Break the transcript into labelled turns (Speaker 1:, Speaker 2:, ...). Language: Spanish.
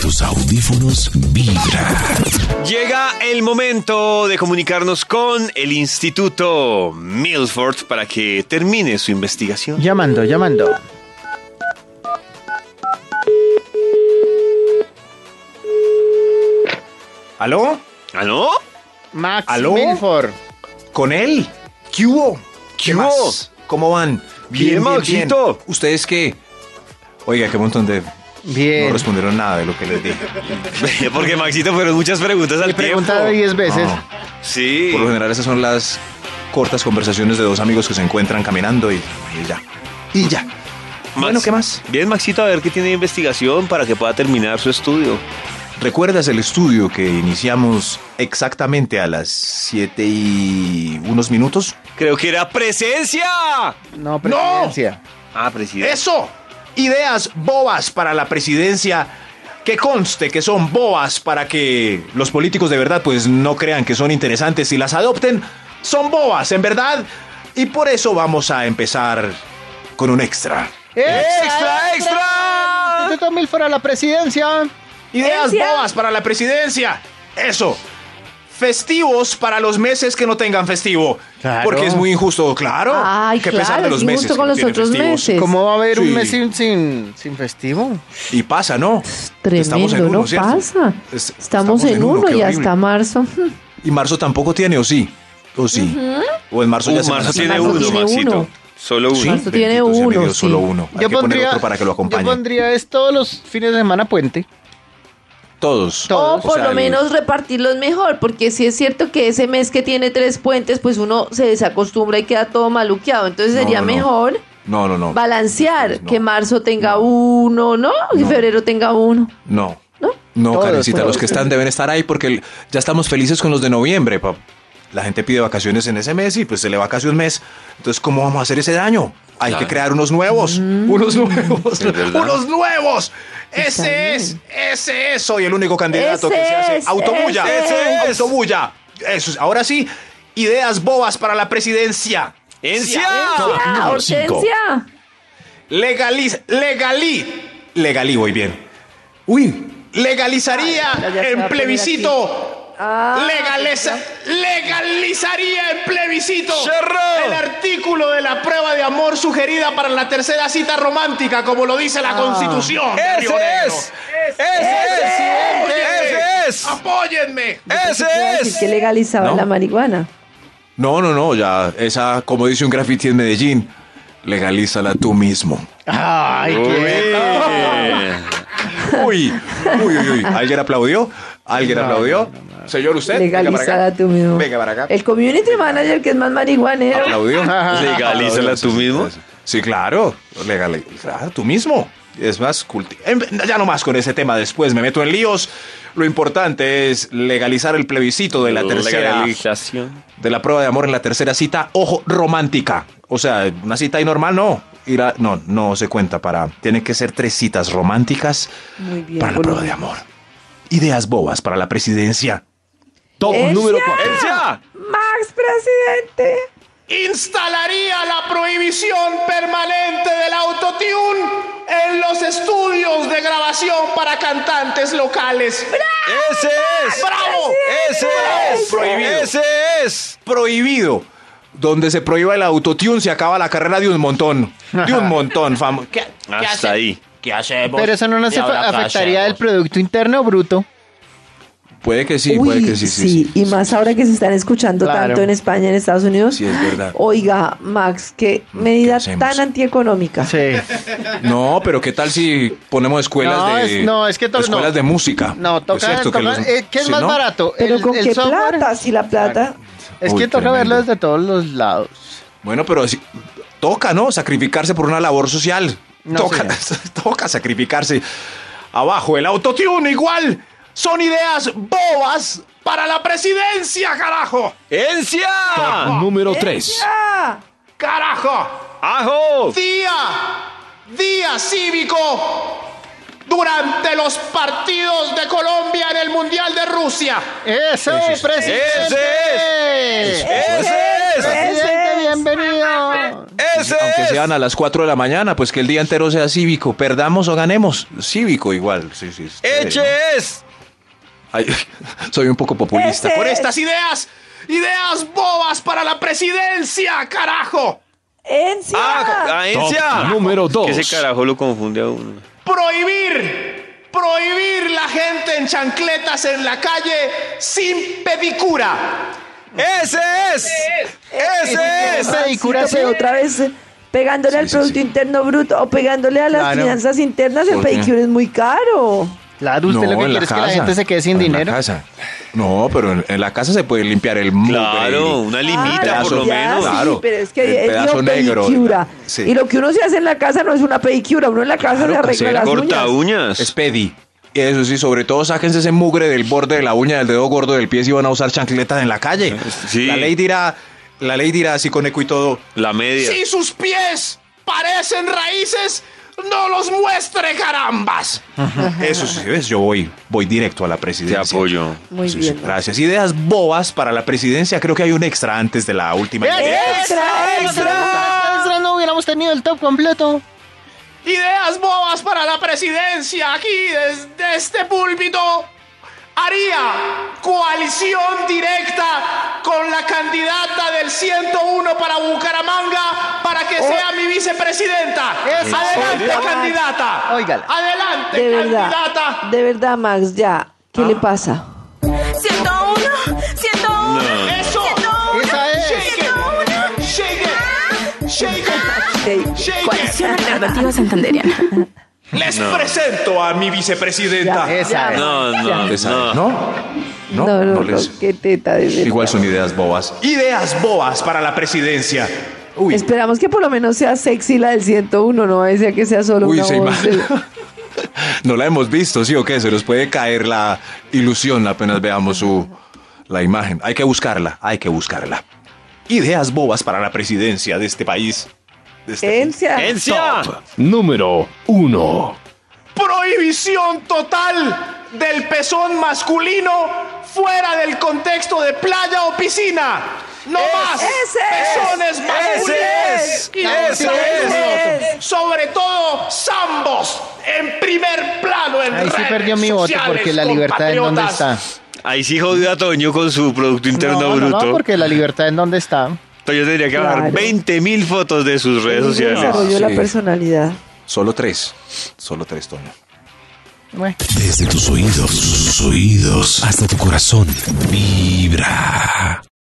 Speaker 1: tus audífonos vibra.
Speaker 2: Llega el momento de comunicarnos con el Instituto Milford para que termine su investigación.
Speaker 3: Llamando, llamando.
Speaker 4: ¿Aló?
Speaker 2: ¿Aló?
Speaker 3: Max
Speaker 4: ¿Aló?
Speaker 3: Milford.
Speaker 4: ¿Con él? ¿Qué hubo?
Speaker 2: ¿Qué hubo?
Speaker 4: más? ¿Cómo van?
Speaker 2: Bien, Maxito.
Speaker 4: ¿Ustedes qué? Oiga, qué montón de... No
Speaker 3: Bien.
Speaker 4: respondieron nada de lo que les dije.
Speaker 2: Porque Maxito fueron muchas preguntas al
Speaker 3: Le preguntaba
Speaker 2: tiempo.
Speaker 3: 10 veces.
Speaker 4: No,
Speaker 2: Sí.
Speaker 4: por lo general esas son las cortas conversaciones de dos amigos que se encuentran caminando y, y ya. Y ya.
Speaker 2: Max-
Speaker 4: Bueno, ¿qué más?
Speaker 2: Bien, Maxito, a ver qué tiene de investigación para que pueda terminar su estudio.
Speaker 4: ¿Recuerdas el estudio que iniciamos exactamente a las 7 y unos minutos?
Speaker 2: Creo que era presencia.
Speaker 3: No, presidencia.
Speaker 2: Ah, presidente.
Speaker 4: ¡Eso! Ideas bobas para la presidencia. Que conste que son bobas para que los políticos de verdad pues no crean que son interesantes y las adopten. Son bobas, en verdad. Y por eso vamos a empezar con un extra.
Speaker 2: ¡Extra, extra!
Speaker 3: Instituto Milford a la presidencia.
Speaker 4: Ideas
Speaker 5: Presidencia.
Speaker 4: bobas para la presidencia. Eso. Festivos para los meses que no tengan festivo.
Speaker 3: Claro.
Speaker 4: Porque es muy injusto, claro.
Speaker 5: Ay,
Speaker 4: que
Speaker 5: claro,
Speaker 4: pesar de los
Speaker 5: sí,
Speaker 4: meses.
Speaker 5: junto
Speaker 4: que
Speaker 5: con
Speaker 4: no
Speaker 5: los
Speaker 4: tienen
Speaker 5: otros
Speaker 4: festivos.
Speaker 5: meses.
Speaker 3: ¿Cómo va a haber
Speaker 4: Sí.
Speaker 3: un mes sin, sin, sin festivo?
Speaker 4: Y pasa, ¿no? Estamos
Speaker 5: Tremendo,
Speaker 4: en uno,
Speaker 5: no
Speaker 4: ¿cierto?
Speaker 5: pasa.
Speaker 4: Es-
Speaker 5: Estamos, en uno,
Speaker 4: qué
Speaker 5: y
Speaker 4: horrible.
Speaker 5: hasta marzo.
Speaker 4: Y marzo tampoco tiene, ¿o sí. O sí. O en marzo
Speaker 2: Uh,
Speaker 4: ya se
Speaker 2: marzo
Speaker 4: van a
Speaker 2: tiene
Speaker 4: sacar.
Speaker 5: Marzo
Speaker 2: uno,
Speaker 5: tiene
Speaker 2: Maxito.
Speaker 5: uno.
Speaker 2: Solo uno.
Speaker 4: Sí,
Speaker 5: Marzo
Speaker 4: bendito
Speaker 5: tiene
Speaker 4: sea mi
Speaker 5: uno,
Speaker 4: Dios,
Speaker 5: sí.
Speaker 4: solo uno. Hay
Speaker 3: yo
Speaker 4: que poner
Speaker 3: pondría,
Speaker 4: otro para que lo acompañe.
Speaker 3: yo pondría es todos los fines de semana puente.
Speaker 4: Todos.
Speaker 5: O
Speaker 3: Todos.
Speaker 5: por
Speaker 4: sea,
Speaker 5: lo
Speaker 4: el-
Speaker 5: menos repartirlos mejor, porque si es cierto que ese mes que tiene tres puentes, pues uno se desacostumbra y queda todo maluqueado. Entonces
Speaker 4: No,
Speaker 5: sería
Speaker 4: no.
Speaker 5: mejor
Speaker 4: No, no, no.
Speaker 5: balancear,
Speaker 4: Pues no.
Speaker 5: que marzo tenga uno, ¿no? Que
Speaker 4: No.
Speaker 5: febrero tenga uno.
Speaker 4: No.
Speaker 5: ¿No?
Speaker 4: No,
Speaker 3: Todos,
Speaker 4: Karencita,
Speaker 3: todos.
Speaker 4: los que están deben estar ahí porque el- ya estamos felices con los de noviembre, pap. La gente pide vacaciones en ese mes y pues se le va casi un mes. Entonces, ¿cómo vamos a hacer ese daño? Hay
Speaker 2: Claro.
Speaker 4: que crear unos nuevos.
Speaker 5: Mm.
Speaker 4: Unos nuevos.
Speaker 2: Es verdad.
Speaker 4: unos nuevos. Ese
Speaker 5: bien.
Speaker 4: es, ese es. Soy el único candidato
Speaker 5: Ese
Speaker 4: que se hace.
Speaker 5: es,
Speaker 4: Autobulla.
Speaker 2: ese es.
Speaker 4: Autobulla. Eso es. Ahora sí, ideas bobas para la presidencia.
Speaker 2: ¡Encia!
Speaker 5: ¡Ah,
Speaker 4: Número cinco.
Speaker 5: Hortensia!
Speaker 4: Legaliz, legalí, legalí, voy bien. Uy, legalizaría
Speaker 5: Ay, ya se va a
Speaker 4: en
Speaker 5: poner
Speaker 4: plebiscito.
Speaker 5: Ah,
Speaker 4: Legaliza- legalizaría en plebiscito
Speaker 2: Cerró.
Speaker 4: el artículo de la prueba de amor sugerida para la tercera cita romántica, como lo dice
Speaker 5: Ah.
Speaker 4: la Constitución. de Río
Speaker 2: ¡Ese
Speaker 4: Negro.
Speaker 2: es! ¡Ese es! ¡Ese es!
Speaker 4: Ah, ¡Apóyenme!
Speaker 5: Yo iba a
Speaker 2: ¡Ese
Speaker 5: decir que
Speaker 2: es!
Speaker 5: legalizaban
Speaker 4: No.
Speaker 5: la marihuana.
Speaker 4: No, no, no, ya, esa, como dice un graffiti en Medellín, legalízala tú mismo.
Speaker 3: Ay,
Speaker 2: Muy
Speaker 3: qué.
Speaker 4: Ah.
Speaker 2: bien.
Speaker 4: Uy, uy, uy, uy. ¿Alguien aplaudió? ¿Alguien aplaudió? Señor, usted.
Speaker 5: Legalizada tú mismo.
Speaker 4: Venga para acá.
Speaker 5: El community manager, que es más marihuanero.
Speaker 4: ¿Aplaudió?
Speaker 2: Legalízala tú mismo.
Speaker 4: Sí, claro. Legalízala tú mismo. Es más, culti- en- ya no más con ese tema después, me meto en líos. Lo importante es legalizar el plebiscito de la tercera,
Speaker 2: Legalización.
Speaker 4: de la prueba de amor en la tercera cita, ojo, romántica. O sea, una cita ahí normal, no. Ir a- no, no se cuenta para... Tienen que ser tres citas románticas
Speaker 5: Muy bien.
Speaker 4: para la
Speaker 5: por lo
Speaker 4: prueba de
Speaker 5: menos.
Speaker 4: amor. Ideas bobas para la presidencia. Top
Speaker 5: ¡Esa!
Speaker 4: número 4.
Speaker 2: ¡Encia!
Speaker 5: Max, presidente.
Speaker 4: Instalaría la prohibición permanente del autotune en los estudios de grabación para cantantes locales.
Speaker 2: ¡Ese es!
Speaker 4: ¡Bravo!
Speaker 2: ¡Ese es!
Speaker 4: Prohibido.
Speaker 2: ¡Ese es!
Speaker 4: Prohibido. Donde se prohíba el autotune se acaba la carrera de un montón. De un montón, famo. ¿Qué- qué hace-
Speaker 2: Hasta ahí.
Speaker 6: ¿Qué hacemos?
Speaker 3: Pero eso no nos
Speaker 6: ¿Y ahora qué
Speaker 3: afectaría el
Speaker 6: hacemos?
Speaker 3: Producto Interno Bruto.
Speaker 4: Puede que sí,
Speaker 5: Uy,
Speaker 4: puede que sí, sí. sí.
Speaker 5: Y más ahora que se están escuchando
Speaker 3: Claro.
Speaker 5: tanto en España, en Estados Unidos.
Speaker 4: Sí, es verdad.
Speaker 5: Oiga, Max, qué medida
Speaker 4: hacemos?
Speaker 5: tan antieconómica.
Speaker 3: Sí.
Speaker 4: No, pero ¿qué tal si ponemos escuelas
Speaker 3: No,
Speaker 4: de
Speaker 3: es- no, es que to-
Speaker 4: escuelas
Speaker 3: no.
Speaker 4: de música?
Speaker 3: No, toca.
Speaker 4: Exacto, Pues que
Speaker 3: toca-
Speaker 4: los-
Speaker 3: eh, ¿Qué es
Speaker 4: sí,
Speaker 3: más
Speaker 4: ¿no?
Speaker 3: barato?
Speaker 5: Pero
Speaker 3: El-
Speaker 5: con
Speaker 3: el
Speaker 5: qué
Speaker 3: software-
Speaker 5: plata, si la plata.
Speaker 3: Es
Speaker 4: Uy,
Speaker 3: que toca
Speaker 4: tremendo.
Speaker 3: verlo desde todos los lados.
Speaker 4: Bueno, pero así- toca, ¿no? Sacrificarse por una labor social.
Speaker 3: No,
Speaker 4: toca, toca sacrificarse. Abajo el autotune igual. Son ideas bobas para la presidencia, carajo.
Speaker 2: ¡Encia!
Speaker 1: Número 3.
Speaker 5: ¡Ah!
Speaker 4: Carajo.
Speaker 2: ¡Ajo!
Speaker 4: Día. Día cívico. Durante los partidos de Colombia en el Mundial de Rusia.
Speaker 3: ¡Eso,
Speaker 4: Ese es.
Speaker 3: presidente!
Speaker 2: ¡Ese
Speaker 3: ¡Ese
Speaker 2: ¡Ese es!
Speaker 3: ¡Presidente, bienvenido!
Speaker 2: ¡Ese ¡Ese
Speaker 4: Aunque
Speaker 2: es!
Speaker 4: sean a las 4 de la mañana, pues que el día entero sea cívico. Perdamos o ganemos. Cívico igual. Sí, sí. es chévere,
Speaker 2: ¡Eche
Speaker 4: ¿no?
Speaker 2: es!
Speaker 4: Ay, soy un poco populista.
Speaker 5: Ese
Speaker 4: Por
Speaker 6: Eh.
Speaker 5: es.
Speaker 4: estas ideas. Ideas bobas para la presidencia, carajo.
Speaker 5: ¡Encia!
Speaker 2: ¡Ah, cadencia!
Speaker 1: número
Speaker 2: Que ese
Speaker 1: 2.
Speaker 2: carajo lo confunde a uno.
Speaker 4: Prohibir. Prohibir la gente en chancletas en la calle sin pedicura.
Speaker 2: ¡Ese es! ¡Ese es!
Speaker 3: Esa
Speaker 5: Maxito,
Speaker 3: dedicura se-
Speaker 5: pero otra vez eh, pegándole al Producto Interno Bruto o pegándole a las
Speaker 3: Claro.
Speaker 5: finanzas internas, el
Speaker 4: Oye.
Speaker 5: pedicure es muy caro.
Speaker 3: Claro, usted
Speaker 4: No,
Speaker 3: lo que
Speaker 4: en
Speaker 3: quiere es que la
Speaker 4: casa.
Speaker 3: gente se quede sin
Speaker 4: En la
Speaker 3: dinero.
Speaker 4: casa. No, pero en, en la casa se puede limpiar el mugre.
Speaker 2: Claro, una limita
Speaker 5: Claro,
Speaker 2: por lo
Speaker 5: ya,
Speaker 2: menos.
Speaker 5: sí,
Speaker 4: Claro,
Speaker 5: pero es
Speaker 4: el
Speaker 5: que es
Speaker 4: pedazo
Speaker 5: lo
Speaker 4: negro,
Speaker 5: pedicura.
Speaker 4: sí.
Speaker 5: Y lo que uno se hace en la casa no es una pedicura, uno en la casa
Speaker 4: Claro,
Speaker 5: se arregla
Speaker 4: casera,
Speaker 5: las
Speaker 2: Corta
Speaker 5: uñas.
Speaker 2: uñas.
Speaker 4: Es pedi. Eso sí, sobre todo sáquense ese mugre del borde de la uña, del dedo gordo del pie si van a usar chancletas en la calle.
Speaker 2: Sí.
Speaker 4: La ley dirá, la ley dirá así con eco y todo.
Speaker 2: La media.
Speaker 4: Si sus pies parecen raíces, no los muestre carambas. Eso sí, ves, yo voy, voy directo a la
Speaker 2: Te
Speaker 4: presidencia.
Speaker 2: apoyo.
Speaker 5: Muy
Speaker 4: Sí, sí,
Speaker 5: bien.
Speaker 4: gracias. Ideas bobas para la presidencia. Creo que hay un extra antes de la última.
Speaker 5: ¡Extra, extra!
Speaker 3: Extra, no hubiéramos tenido el top completo.
Speaker 4: Ideas bobas para la presidencia aquí desde este púlpito. Haría coalición directa con la candidata del 101 para Bucaramanga para que sea mi vicepresidenta.
Speaker 3: Eso.
Speaker 4: Adelante,
Speaker 3: Oiga.
Speaker 4: candidata.
Speaker 3: Óigala.
Speaker 4: Adelante,
Speaker 5: De verdad,
Speaker 4: candidata.
Speaker 5: de verdad, Max, ya. ¿Qué le pasa?
Speaker 6: 101, 101,
Speaker 2: No.
Speaker 4: Eso.
Speaker 6: 101,
Speaker 3: Esa es.
Speaker 4: Shake it. Shake it. Shake it.
Speaker 5: Ey,
Speaker 4: Shake it.
Speaker 6: Coalición Alternativa Santanderiana.
Speaker 4: Les presento a mi vicepresidenta.
Speaker 5: Ya,
Speaker 3: Esa
Speaker 5: ya,
Speaker 3: es.
Speaker 2: No,
Speaker 5: ya.
Speaker 2: no, no.
Speaker 5: No, no, no, qué teta, de verdad.
Speaker 4: Igual son ideas bobas. Ideas bobas para la presidencia. Uy,
Speaker 5: Esperamos que por lo menos sea sexy la del 101, no vaya a ser que sea solo
Speaker 4: Uy,
Speaker 5: una
Speaker 4: se
Speaker 5: voz. de-
Speaker 4: imagina. no la hemos visto, ¿sí o qué? Se nos puede caer la ilusión apenas veamos su, la imagen. Hay que buscarla, hay que buscarla. Ideas bobas para la presidencia de este país. de este país.
Speaker 5: Encia.
Speaker 2: ¡Encia!
Speaker 4: Top.
Speaker 1: Número 1.
Speaker 4: Prohibición total del pezón masculino fuera del contexto de playa o piscina. No más
Speaker 5: ese
Speaker 4: pezones
Speaker 5: es,
Speaker 4: masculinos.
Speaker 2: ese
Speaker 4: y
Speaker 2: es, ese
Speaker 4: masculinos. Sobre todo zambos en primer plano en
Speaker 3: Ahí sí
Speaker 4: redes
Speaker 3: perdió mi voto
Speaker 4: sociales,
Speaker 3: porque la libertad en dónde está.
Speaker 4: compatriotas.
Speaker 2: Ahí sí jodió a Toño con su Producto Interno
Speaker 3: No, no,
Speaker 2: Bruto.
Speaker 3: no, porque la libertad en dónde está.
Speaker 2: Toño tendría que bajar
Speaker 5: Claro.
Speaker 2: 20 mil fotos de sus redes
Speaker 5: Ningún
Speaker 2: sociales.
Speaker 5: desarrollo de
Speaker 4: Sí.
Speaker 5: la personalidad.
Speaker 4: Solo tres, solo tres, Toño.
Speaker 3: Bueno.
Speaker 1: Desde tus oídos, tus oídos, hasta tu corazón. Vibra.